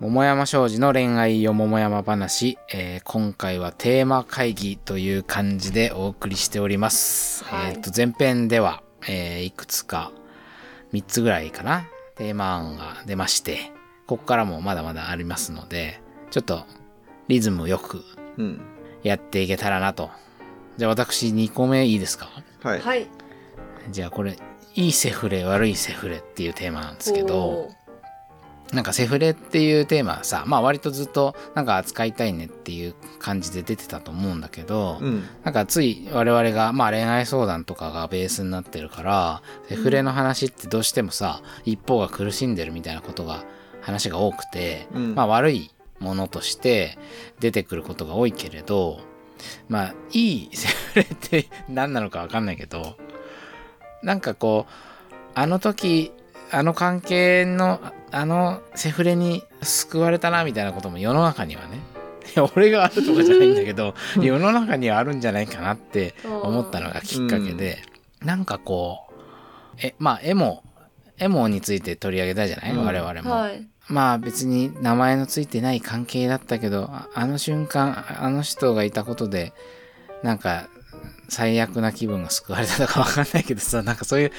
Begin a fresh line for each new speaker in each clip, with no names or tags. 桃山商事の恋愛よ桃山話、えー今回はテーマ会議という感じでお送りしております。
はい
えっと、前編では、えーいくつか、3つぐらいかな、テーマ案が出まして、ここからもまだまだありますので、ちょっとリズムよく
うん。
やっていけたらなと。じゃあ私2個目いいですか
はい。
はい。
じゃあこれ、いいセフレ、悪いセフレっていうテーマなんですけど、
おー。
なんかセフレっていうテーマはさ、まあ割とずっとなんか扱いたいねっていう感じで出てたと思うんだけど、
うん。
なんかつい我々が、まあ恋愛相談とかがベースになってるから、セフレの話ってどうしてもさ、一方が苦しんでるみたいなことが、話が多くて、
うん
まあ悪いものとして出てくることが多いけれど、まあいいセフレって何なのかわかんないけど、なんかこう、あの時、あの関係の、あのセフレに救われたなみたいなことも世の中にはね、 いや俺があるとかじゃないんだけど、世の中にはあるんじゃないかなって思ったのがきっかけで、なんかこう、え、まあ、エモ、エモについて取り上げたじゃない、
うん
我々も。
はい。
まあ別に名前のついてない関係だったけど、ああの瞬間、ああの人がいたことで、なんか、最悪な気分が救われたとかわかんないけどさ、 なんかそういう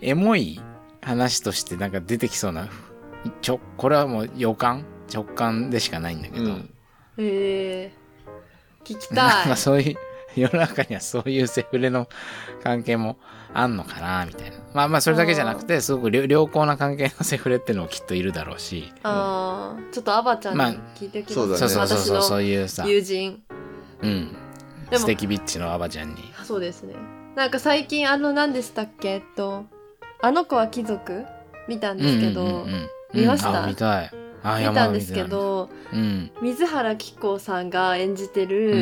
エモい話としてなんか出てきそうな、ちょ、これはもう予感直感でしかないんだけ
う
ど、
ん。
ええ聞き
なん
た
か
い。
そういう、世の中にはそういうセフレの関係もあんのかな、みたいな。まあまあそれだけじゃなくて、すごく良良好な関係のセフレってのもきっといるだろうし、
あーちょっとアバちゃんに
まあ
聞いてき
そうだ
ま
ね
す。
そうそうそうそう、そう
私
いうさ
の、友人。
うん。
でも
素敵ビッチのアバちゃんに。
そうですね。なんか最近あの何でしたっけえっと、あの子は貴族見たんですけど、
うんうんうんうん
見ました
うんあ見たい。あ
見たんですけ。ど、
山見て
水原希子さんが演じて
ない
る、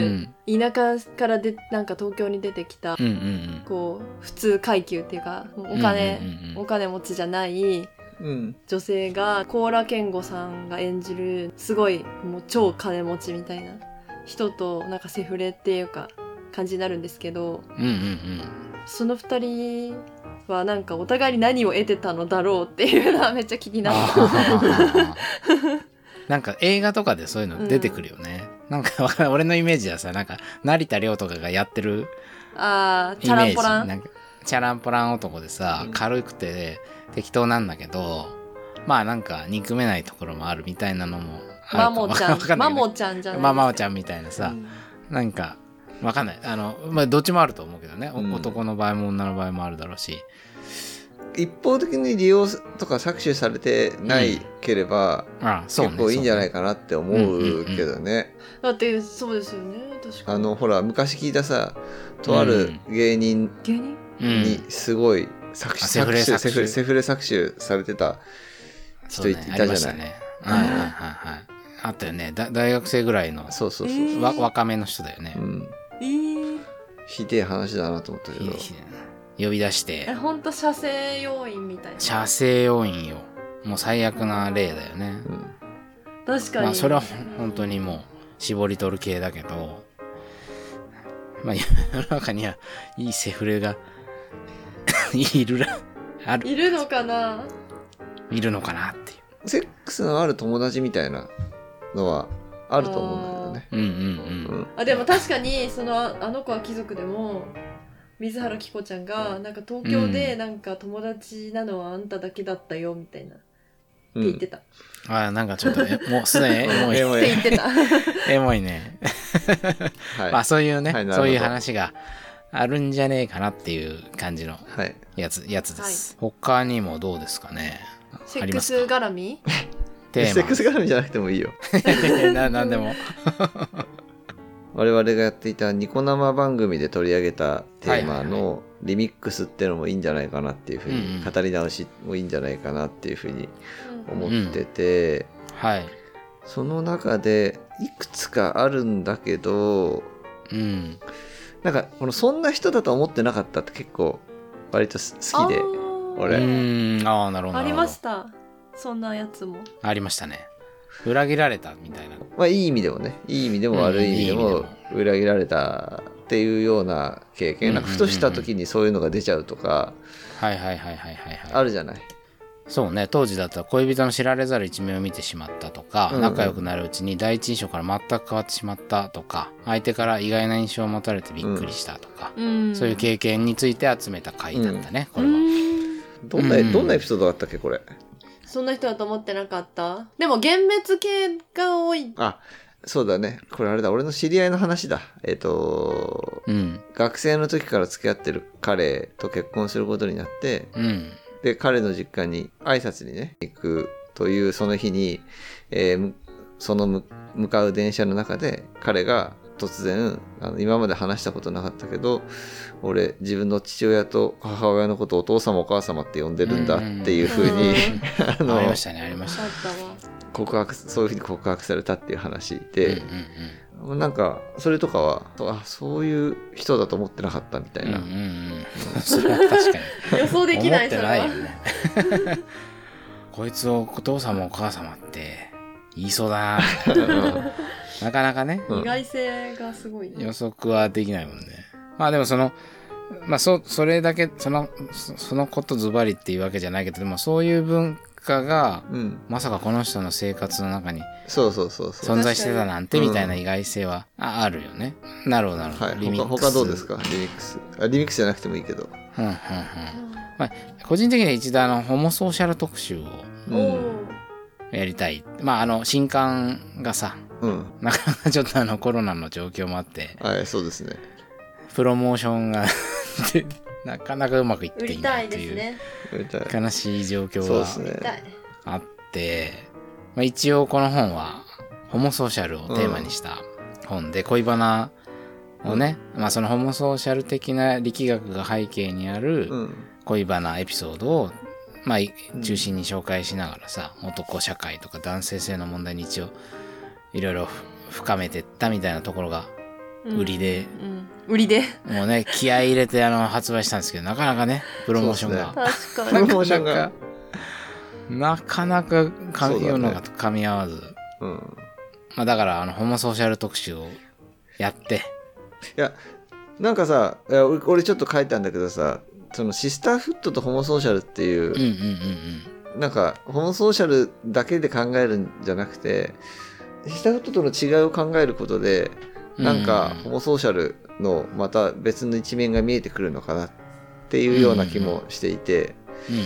ん
田舎からで、なんか東京に出てきた
うん。う、んうん
こう、普通階級っていうか、お
うん。
金、
うんうんうん
お金持ちじゃない
うん。
女性が高良健吾さんが演じるすごいもう超金持ちみたいな人となんかセフレっていうか感じになるんですけど
うんうん
その二人はなんかお互いに何を得てたのだろうっていうのはめっちゃ気に
うん。
なっ
あーなんか映画とかでそういうの出てくるよね。なんかわかんない俺のイメージはさ、なんか成田凌とかがやってる
たあ
イ
ーチ
メ
ャ
ー
ラ
ジ。
ンポラン
なんかチャランポラン男でさ
うん、
軽くて適当なんだけど、まあなんか憎めないところもあるみたいなのもあるか
マ
も
モ
わ
ち
かん
ゃ
ないけど。
んマモちゃんじゃないですか
まあ、まおちゃんみたいなさ
う、ん
なんか、わかんない。あの、まあ、どっちもあると思うけどね。お
うん
男の場合も女の場合もあるだろうし。
一方的に利用とか搾取されてないければ、
ああそうね。
結構いいんじゃない
か。
かなって思うけどね。
だってそうですよね確か
あ
に
の、ほら、昔聞いたさ、とある芸人
芸人
うん。
にすごい搾取、
あセフレ搾取
セフレセフレ搾取されてた。
そうね
人い
あり
たじゃない
ましたね。はいはいはいはい。あったよね。だ大学生ぐらいの、
そうそうそう。
えー
わ若めの人だよね
う。ん。
えー
ひでえ話だなと思ったけど。
ひひ呼び出して
え、ほんと射精要員みたいな
射精要員よ。もう最悪な例だよね。
うん
確かに、
まあ、それは本当にもう、絞り取る系だけど、まあ、世の中には、いいセフレが、いるら、ある、
いるのかない
るのかなっていう。
セックスのある友達みたいなのはあると思うんだけ
うん
ど
うん
ね。
あでも確かにそのああの子は貴族でも水原希子ちゃんがなんか東京でなんか友達なのはあんただけだったよみたいなって
うん。
言ってた、
うん。ああ、なんかちょっとえ、もうすでにエ モい。
エモ
っ
い
て言ってた
エモいね。
はい。
まあそういうね、
はいなるほ
そ
ど
ういう話があるんじゃねえかなっていう感じの
はい。
やつ、やつです。他にもどうですかね。
セ
あ
ッ
りま
ク
す
ス
か
絡み
テ
セックス
ー
絡みじゃなくてもいいよ。
マ。 ななんでも。
我々がやっていたニコ生番組で取り上げたテーマ
はいはい
のリミックスってのもいいんじゃないかなっていうふう
うん
に、
うん
語り直しもいいんじゃないかなっていうふうに 思ってて、
はい。
その中でいくつかあるんだけど、
うん。
なんかこのそんな人だと思ってなかったって結構割とす好きで、
あ
俺
う
ー
ーん、ああ、なるほど。
あ
なる
り
ほど
ましたそんなやつも
ありましたね。裏切られたみたいな。
まあいい意味でもね、いい意味でも悪い意味で
うんいい意
も
味
裏切られたっていうような経験、なんかふとした時にそういうのが出ちゃうとか
はいはいはいはいはい、はい。
あるじゃない。
そうね当時だったら恋人の知られざる一面を見てしまったとか、
うんうん
仲良くなるうちに第一印象から全く変わってしまったとか相手から意外な印象を持たれてびっくりしたとか、
うん
そういう経験について集めた回だったね、これは。
うん
どんな、
うん
どんなエピソードだったっけこれ
そんな人だと思ってなかったでも幻滅系が多い
あそうだねこれあれだ俺の知り合いの話だえっ、と
うん
学生の時から付き合ってる彼と結婚することになって
うん
で彼の実家に挨拶にね行くというその日に、えーむそのむ向かう電車の中で彼が突然あの今まで話したことなかったけど俺自分の父親と母親のことをお父様お母様って呼んでるんだっていうふうに、あ
あり
の
ましたねありまし
あったわ
告白そういうふうに告白されたっていう話
た、
で
うん、
なんかそれとかはそうあそういう人だと思ってなかったみた
う
い
んうんう
な、
んうんうんそれは確かに
予想 できない
思
そ
って
れ
ないよ
は
ね こいつをお父様お母様って言いそうだななかなかね
うん
意外性がすごいね
予測はできないもんねまあでもそのまあそそれだけそのそそのことズバリっていうわけじゃないけどでもそういう文化が
うん、
まさかこの人の生活の中に
そうそうそうそう
存在してたなんて
確かに
みたいな意外性はああるよね。なるほどなるほ
は
ど。
い、他他どうですかリミックスあリミックスじゃなくてもいいけど、
うんうんうん
うん
個人的には一度あのホモソーシャル特集を
うん
おー
やりたい。まああの新刊がさ
うん。
なかなかちょっとあのコロナの状況もあって
はい、そうですね。
プロモーションが でなかなかうまくいっ
売
て
り
い
た
ない
い
と
です
いう
ね
みたい。
悲しい状況
そうです
が
ね
売り。たい
あって、まあ、一応この本はホモソーシャルをテーマにした本で恋バナをね、まあ、そのホモソーシャル的な力学が背景にある、
うん。
恋バナエピソードを、まあ、い中心に紹介しながらさ、男社会とか男性性の問題に一応いろいろふ深めてったみたいなところが
うん
売りで、
うん売りで
もうね気合い入れてあの発売したんですけどなかなかねプロモーションが、
確か
プロ
に
モーション
な
が。
かなかなかか
そうだね
世の中と噛み合わず、
うん。
まあ、だからあのホモソーシャル特集をやって
いや、なんかさ、いや俺俺ちょっと書いたんだけどさ、そのシスターフットとホモソーシャルってい
うんう
う、
んうんうん
なんかホモソーシャルだけで考えるんじゃなくて、シスターフットとの違いを考えることで、なんか
う
ホモソーシャルのまた別の一面が見えてくるのかなっていうような気もしていて、
うんうん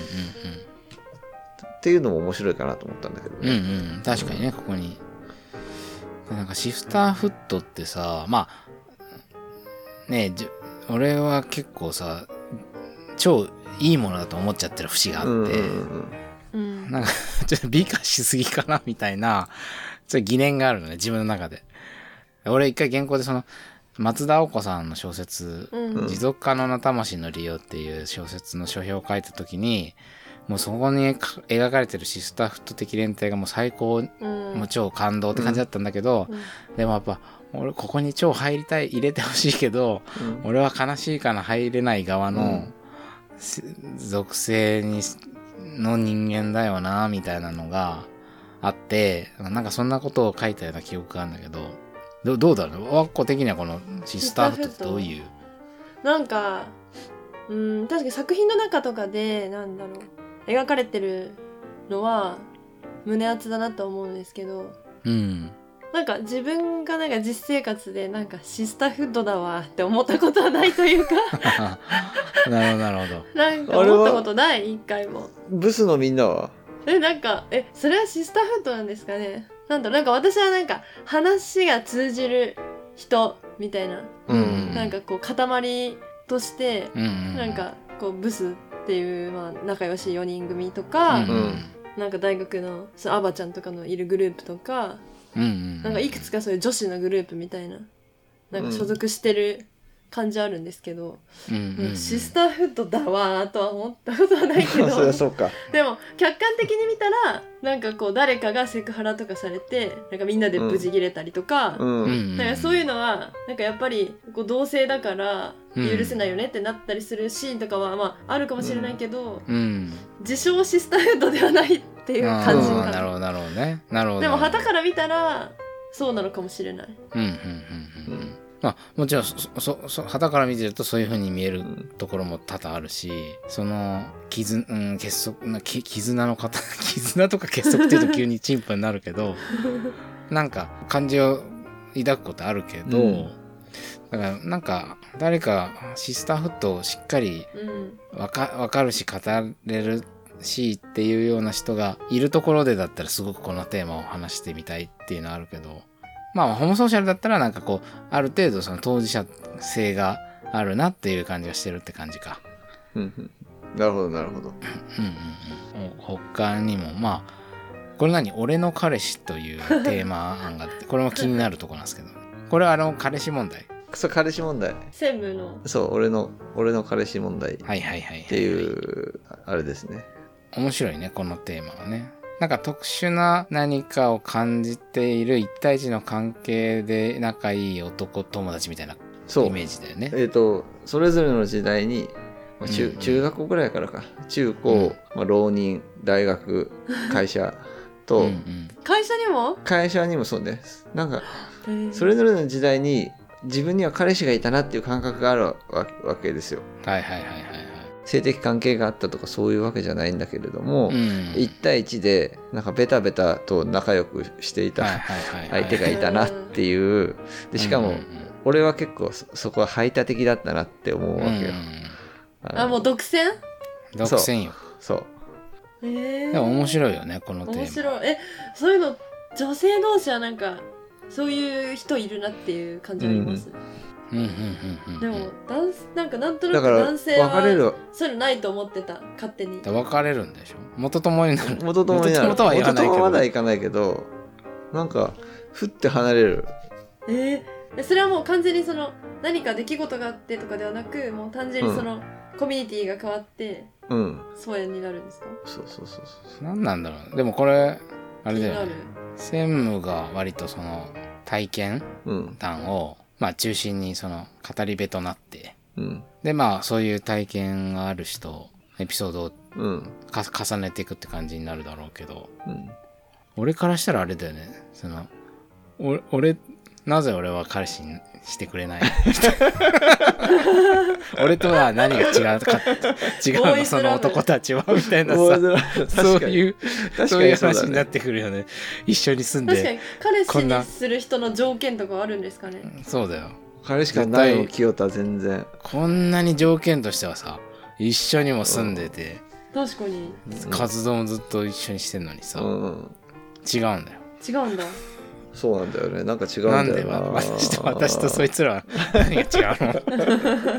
っていうのも面白いかなと思ったんだけど
うんうん
ね。
うん確かにねここになんかシフターフットってさまあねえじゅ俺は結構さ超いいものだと思っちゃってる節があって、
うんうんうん
うん
なんかちょっと美化しすぎかなみたいなちょっと疑念があるのね自分の中で俺一回原稿でその松田青子さんの小説
うん
持続可能な魂の利用っていう小説の書評を書いた時にもうそこにか描かれてるシスターフット的連帯がもう最高
うん
もう超感動って感じだったんだけど、
うん
でもやっぱ俺ここに超入りたい入れてほしいけど
うん
俺は悲しいかな入れない側
う
の
ん
せ属性にの人間だよなみたいなのがあってなんかそんなことを書いたような記憶があるんだけどどどうだろうワッコ的にはこのシスターフットってどういう
なんか、うん、確かに作品の中とかで、なんだろう、描かれてるのは、胸熱だなと思うんですけど、
うん
なんか自分がなんか実生活でなんかシスターフッドだわって思ったことはないというか、
なるほどなるほど。
なんか思ったことない、一回も。
ブスのみんなは
え、なんか、え、それはシスターフッドなんですかねなんだろう、なんか私はなんか話が通じる人みたいな、
うん
なんかこう塊として
うんうん、
なんかこうブスっていう、まあ、仲良し4人組とか、
うん
なんか大学のそうアバちゃんとかのいるグループとか、
うんうん、
なんかいくつかそういう女子のグループみたいななんか所属してる感じあるんですけど、
うんうんうん、
シスターフッドだわーとは思ったこと はないけど
そりゃそうか。
でも客観的に見たらなんかこう誰かがセクハラとかされてなんかみんなでブチ切れたりとか、
うん。
うんうん、
なんかそういうのはなんかやっぱりこう同性だから許せないよねってなったりするシーンとかはまああるかもしれないけど、
うん
自称シスターフードではないっていう
あ
感じ
ーなる
か
ほどなるほどねなるほど
なでも
なるほ
旗から見たらそうなのかもしれない
どうんうんうんうんうんまあもちろんそそそ旗から見てるとそういう風に見えるところも多々あるしその絆、うん、結束なき絆の方 絆とか結束っていうと 急にチンプになるけどなんか感情を抱くことあるけど、
うん
だからなんか誰かシスターフットをしっかり
うん
わかわかるし語れるしっていうような人がいるところでだったらすごくこのテーマを話してみたいっていうのはあるけどまあホモソーシャルだったらなんかこうある程度その当事者性があるなっていう感じがしてるって感じか。
うんうんなるほどなるほど
うんうんうん、他にもまあこれ何「俺の彼氏」というテーマ案があってこれも気になるとこなんですけどこれはあの彼氏問題
そう彼氏問題
専務の
そう俺の俺の彼氏問題っ
はいはいはいって
いうあれですね
面白いねこのテーマはねなんか特殊な何かを感じている一対一の関係で仲いい男友達みたいな
そう
イメージだよね
えっ、とそれぞれの時代に、まあ中
うんうん
中学校ぐらいからか中高、
うん
まあ、浪人大学会社と、
うんうん
会社にも
会社にもそうですなんかそ
れ
れぞれの時代に自分には彼氏がいたなっていう感覚があるわわけですよ
はいはいはいはい
性的関係があったとかそういうわけじゃないんだけれども、
はいうん
1対1でなんかベタベタと仲良くしてい
はい
た
はいはいはい
相手がいたなっていうでしか
うん
も
うんうん
俺は結構そそこは排他的だったなって思うわけよ、
うんうん
あの
あもう独占
独占よ
そう
えー、
でも面白いよねこのテーマ
面白いえそういうの女性同士はなんかそういう人いるなっていう感じあります、
うんうんうんうん
でも男性なんかなんとな
だ
く
から
男
別
性は
れ る
そういうのないと思ってた勝手に
で別れるんでしょ元友になる
元友になる
元友とは言わないけど
元友まだいかないけどなんかふって離れる
えー、それはもう完全にその何か出来事があってとかではなくもう単純にその、コミュニティが変わって
うん
疎遠になるんですか
そうそうそうそう
何なんだろうでもこれあれだ
気にな
よ
る
ね専務が割とその体験
うん
談を、まあ、中心にその語り部となって
うん
でまあそういう体験がある人エピソードを
うん
か重ねていくって感じになるだろうけど
うん
俺からしたらあれだよねそのお俺なぜ俺は彼氏にしてくれ ない俺とは何が違うか違う
ボー
の
イズ
そ
ラブ
の男たちはみたいな
大
さ
空
そう
確かに
いう
確かに
そういう
そうだね
話になってくるよね一緒に住ん
確か
で
に彼
こん
氏
な
にする人の条件とかはあるんですかね
そうだよ
彼しかない
絶
の
対
清田全然
こんなに条件としてはさ一緒にも住んでて、
確かに
うん
活動もずっと一緒にしてんのにさ、
う
違
んうん
うんだよ
違うんだ
そうなんだよねなんか違うんだ
な
よ
んでわ 私と私とそい
つ
つら は何が違うの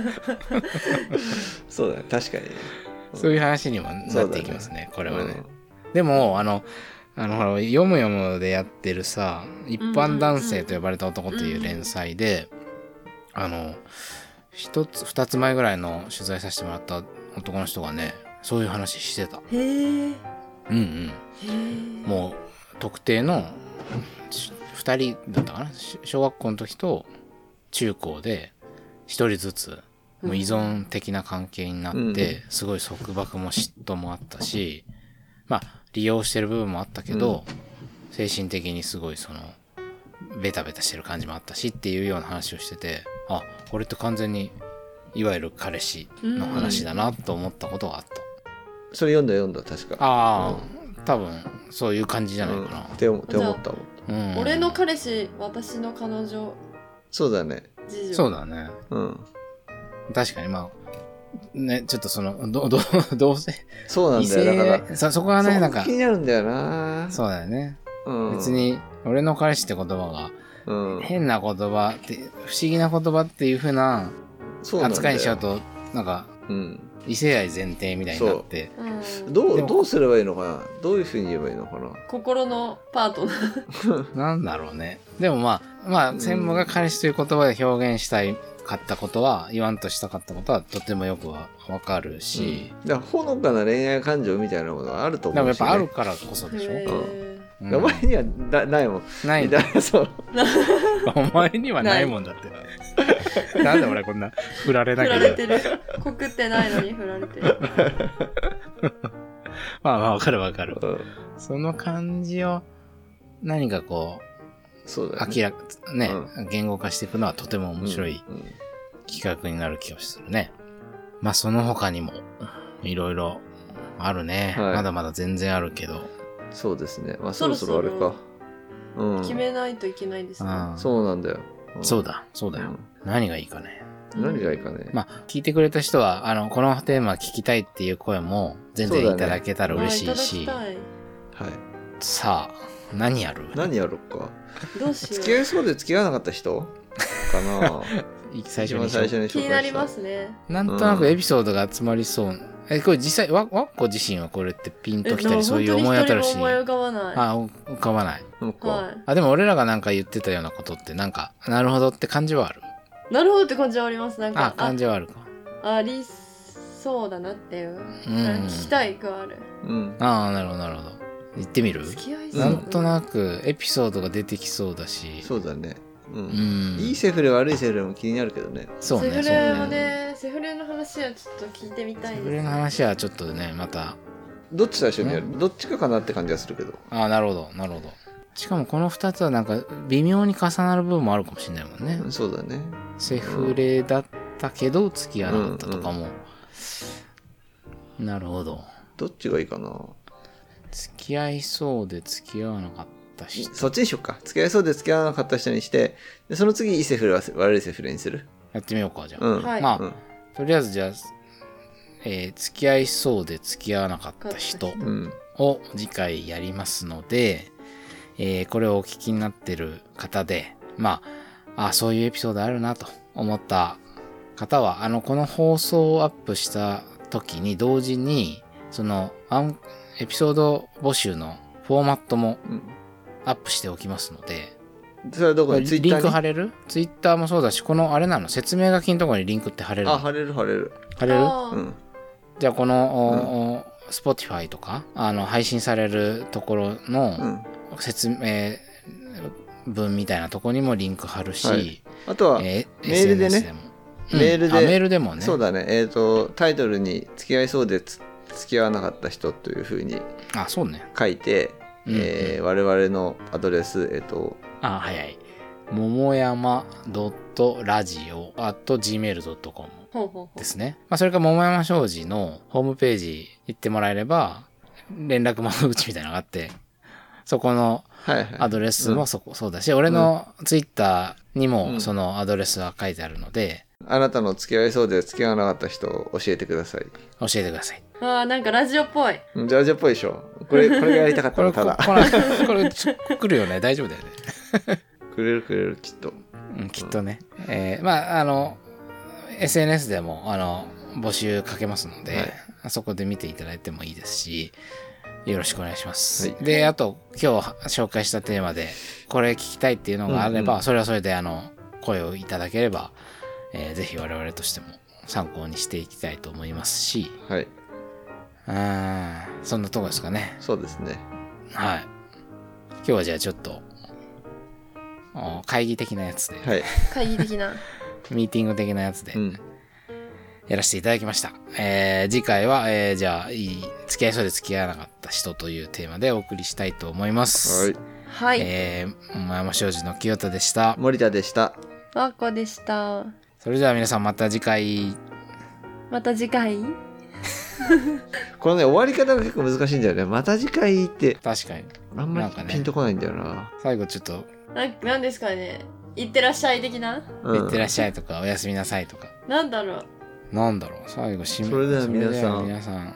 そうだね確かに
そういう話にもなっていきますねこ
こ
れはね、でもあのあのほら読む読むでやってるさ一般男性と呼ばれた男という連載で、あの一つ二つ前ぐらいの取材させてもらった男の人がねそういう話してた
へえへ
うんうん
え
もう特定のし2人だったかなし小学校の時と中高で1人ずつもう依存的な関係になって、
うん
すごい束縛も嫉妬もあったしまあ利用してる部分もあったけど、精神的にすごいそのベタベタしてる感じもあったしっていうような話をしててあこれって完全にいわゆる彼氏の話だなと思ったことがあった。
それ読んだ読んだ確か
ああ、多分そういう感じじゃないか
うん
な
っ。て思って思ったもん
うん
俺の彼氏私の彼女
そうだね
事情
そうだね
うん
確かにまあねちょっとそのど どどうせ
そうなん
異
だよだ
性
か
そそこは
ら
ねなん
そ
か
う気になるんだよな
そうだよね、
うん
別に俺の彼氏って言葉が
うん
変な言葉って不思議な言葉っていう風な
そうなんだよ
扱いにしちゃうとなんか
うん
異性愛前提みたいになって
うん
ど
で
う
も
どうすればいいのかなどういうふうに言えばいいのかな
心のパートナー
なんだろうねでもまあまあ専務が彼氏という言葉で表現したいかったことは言わんとしたかったことはとてもよくわわかるし、
うんだからほのかな恋愛感情みたいなものはあると
でも
思
や
う
っ
しね、
ぱあるからこそでしょ、
へー
うん
お前にはだないもん
ないんだ
だからそう
お前にはないもんだって。なんで俺こんな振られな
振
きゃ
ら
いけない
れてる告ってないのに振られてる
まあまあわかるわかる。
うん
その感じを何かこう、
そうだよ
明らか、ね、
う
言語化していくのはとても面白い
うんうん
企画になる気がするね。まあその他にもいろいろあるね、
はい
まだまだ全然あるけど。
そうですね。まあそ
そ
ろ
ろ
そ
そ
ろ
ろ
あれか。う
決
ん。
めないといけないんですね。
うん
そうなんだよ。ん
そう。だ、そうだよ。何がいいかね。
うん何がいいかね。
まあ聞いてくれた人は、あの、このテーマ聞きたいっていう声も全
そうだ
然い
ね
ただけたら嬉しいし、
あーいただき
はい。
さあ、何やる
何やろっ か。
たいどうし
付き合
よう。
いそうで付き合わなかった人かな
最初
一番
に
最初に紹介した
気になりますね。
なんとなくエピソードが集まりそう。え、これ実際、わ、わっこ自身はこれってピンときたり、そういう思い当たる
本当に一
し
人も、思い浮かばない。
あ、お浮かばない。
なんか、
は
あ、でも俺らがなんか言ってたようなことって、なんか、なるほどって感じはある。
い。なるほどって感じはあります。なん
あ
か、、あ
感じはあるか。
ありそうだなっていう。
うん。
聞きたいがある。
うん。
ああ、なるほど、なるほど。言ってみる
付き合いそう。
なんとなく、エピソードが出てきそうだし。
そうだね。う。
うんん。
いいセフレ悪いセフレも気になるけどね。
そうね、
セフ
そう
レ
ね。
もね、セフレの話はちょっと聞いてみたい
セ
です。
フレの話はちょっとね、また、
どっち最初にやるどっちかかなって感じがするけど。
ああ、なるほど、なるほど。しかもこの二つはなんか、微妙に重なる部分もあるかもしれないもんね。
うんそうだね。
セフレだったけど付き合わなかったとかも、なるほど
どっちがいいかな。
付き合いそうで付き合わなかった人
そっちにしよっか。付き合いそうで付き合わなかった人にして、でその次いいセフレは悪いセフレにする。
やってみようかじゃあ、
うん。
はい
まあ、
うん
とりあえずじゃあ、えー付き合いそうで付き合わなかった人
うん。
を次回やりますので、えーこれをお聞きになってる方でまああそういうエピソードあるなと思った方はあのこの放送をアップした時に同時にそのアンエピソード募集のフォーマットも
うん
アップしておきますので、
それはど
こ
こ
れ
にツイ
リ
ッタ
ンク
ー
貼
に
れるツイッターもそうだし、このあれなの、説明書きのところにリンクって貼れる
あ、
の
貼れる貼れる。
貼れる
あー
うん。
じゃあこの、スポ Spotify とか、あの、配信されるところの、
うん。
説明文みたいなとこにもリンク貼るし、
はいあとは、
えー
メールでね
SNS もうん
メールで
あメールでもね
そうだね、えっ、と、タイトルに付き合いそうでつ付き合わなかった人というふうに
あそうね
書いて、えー我々のアドレス、えっ、と、
あ早い桃山 .radio.gmail.com
ほうほうほう
ですね、まあ、それか桃山商事のホームページ行ってもらえれば連絡窓口みたいなのがあってそこの
はいはい。
アドレスもそこ、そうだし俺のツイッターにもそのアドレスは書いてあるので
あなたの付き合いそうで付き合わなかった人を教えてください。
教えてください
あーなんかラジオっぽい。
うんジャージャっぽいでしょこれ、これがやりたかった
これ
の、
こ
ただ。
これこれちょ来るよね大丈夫だよね
くれるくれる、きっと。
うん、きっとね。えーまあ、あの、SNS でも、あの、募集かけますので、
はい
あそこで見ていただいてもいいですし、よろしくお願いします。
は
で、あと、今日紹介したテーマで、これ聞きたいっていうのがあれば、
うんうん
それはそれで、あの、声をいただければ、えーぜひ我々としても参考にしていきたいと思いますし、
はい。
うーんそんなとこですかね。
そうですね。
はい。今日はじゃあちょっと、お会議的なやつで、
はい。
会 議的な。
ミーティング的なやつで、
うん。
やらせていただきました。えー次回は、えーじゃあ、いい、付き合いそうで付き合わなかった人というテーマでお送りしたいと思います。
はい。
はい。
えー、桃山商事の清田でした。
森田でした。
わっこでした。
それでは皆さんまた次回。
また次回
このね、終わり方が結構難しいんだよね。また次回って、
確かに。
あん
な
ま
んか
り
ね
ピンとこないんだよな。
最後ちょっと、
なんなんですかね。いってらっしゃい的な。
うん
いってらっしゃいとか、おやすみなさいとか。
なんだろう。
なんだろう。最後、締め
それでは皆さん
それでは皆さん、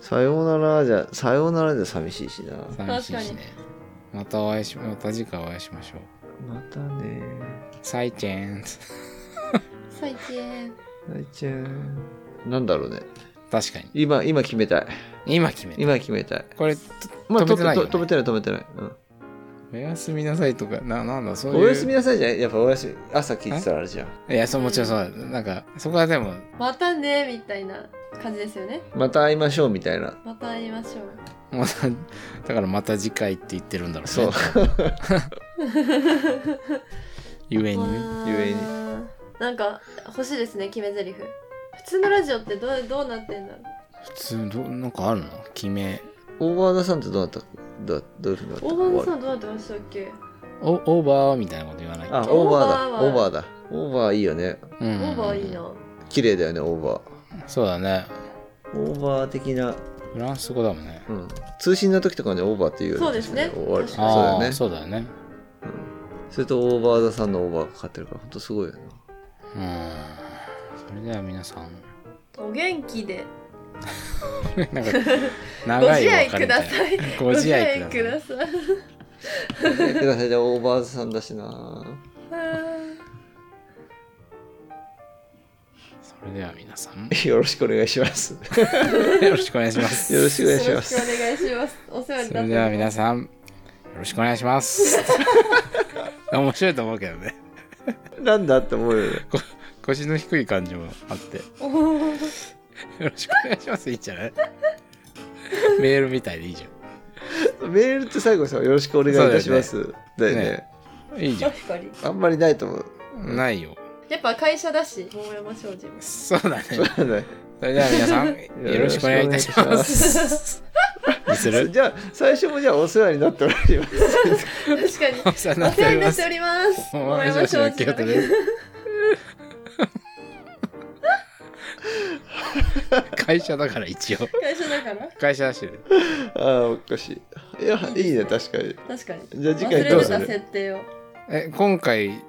さようならじゃ、さようならじゃ寂しいしな。
寂しいしね。またお会いし、また次回お会いしましょう。
またね。
再见。
最近。
大ちゃん。なんだろうね。
確かに。
今、今決めたい。
今決めた。
今決めたい。
これ、と
ま
止
あ、
め
と
てないよ
と
ね
止めてない、止めてない。。
おやすみなさいとか、な、なんだ、そううんいう。
おやすみなさいじゃん。やっぱおやすみ。朝聞いてたらあれじゃん。
いや、そう、もちろんそうだ。なんか、そこはでも、
またね、みたいな感じですよね。
また会いましょうみたいな。
また会いましょう。
また、 だからまた次回って言ってるんだろう
そう
ね。。ゆえにね。
ゆえに
なんか欲しいですね決め台詞普通のラジオってどうどうなってんだろう
普通、ど、なんかあるの決め。
オーバーダさんってどうなったどうどういうふうになった
大場さんどうなってましたっけ
おオーバーみたいなこと言わない。
あ、
オ
オ
ー
ー
バ
バ
ー
ー
は
だ。オーバーだ。オーバーいいよね。
う
オ
ん
ーバーいいな。
綺麗だよね、オーバ
そうだね。
ー。オーバー的な、
フランス語だもんね。
うん。通信の時とかにオーバーっていうよね
そうですね
確かに終わる
確
そう
かに
だ
あ
よ
あ
ね
ー、。そうだよね。
それとオーバーザさんのオーバーがかかってるから、ほんとすごいよな。
うん。それでは皆さん、
お元気で。
なんか、
ご
長い
自愛
お
く
別れみ
だ
たいな。
さい。
ご自愛ください。
さい。
ください、じゃあオーバーザさんだしな。
それでは皆さん、
よろしくお願いし ます。
よろしくお願いします。
よろしくお願いしま
よろし
す。
くお願いします。お世話に
そ
な
れ
っ
では
て
皆さん、よろしくお願いし ます。面白いと思うけどね。
なんだって思うよね。
腰の低い感じもあって。
おー
よろしくお願いします。いいんじゃないメールみたいでいいじ
メールって最後さ、よろしくお願いいたします。だよね
ねゃん。いいじゃ
確かに。
あんまりないと思う。
ん。ないよ。
やっぱ会社だし、大山商事も。
そうだね。
そうだね
それでは皆さん、よろしくお願いいたします。にする
じゃあ、最初もじゃあお世話になっておられ ます。
確か
お
に。
世話にな
お
っ
世
ており
話にな
ま
っ
す
てお。
大
ります。
山商事の清人 です。会社だから一応。
会社だから。
会社だし。
ああ、おかしい。いや、いいね、確かに。
確かに。
じゃあ次
忘
回
れ
どう
て
す
た
る
設定を。
え、今回、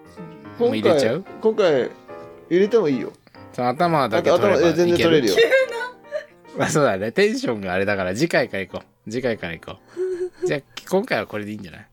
も
今
う入
回
れちゃう
今回、入れてもいいよ。
その頭
あ
だけ
と
取
頭、
れば
え全然取れる
よ。
よ。
まあそうだね。テンションがあれだから、次回から行こう。次回から行こう。じゃあ、今回はこれでいいんじゃない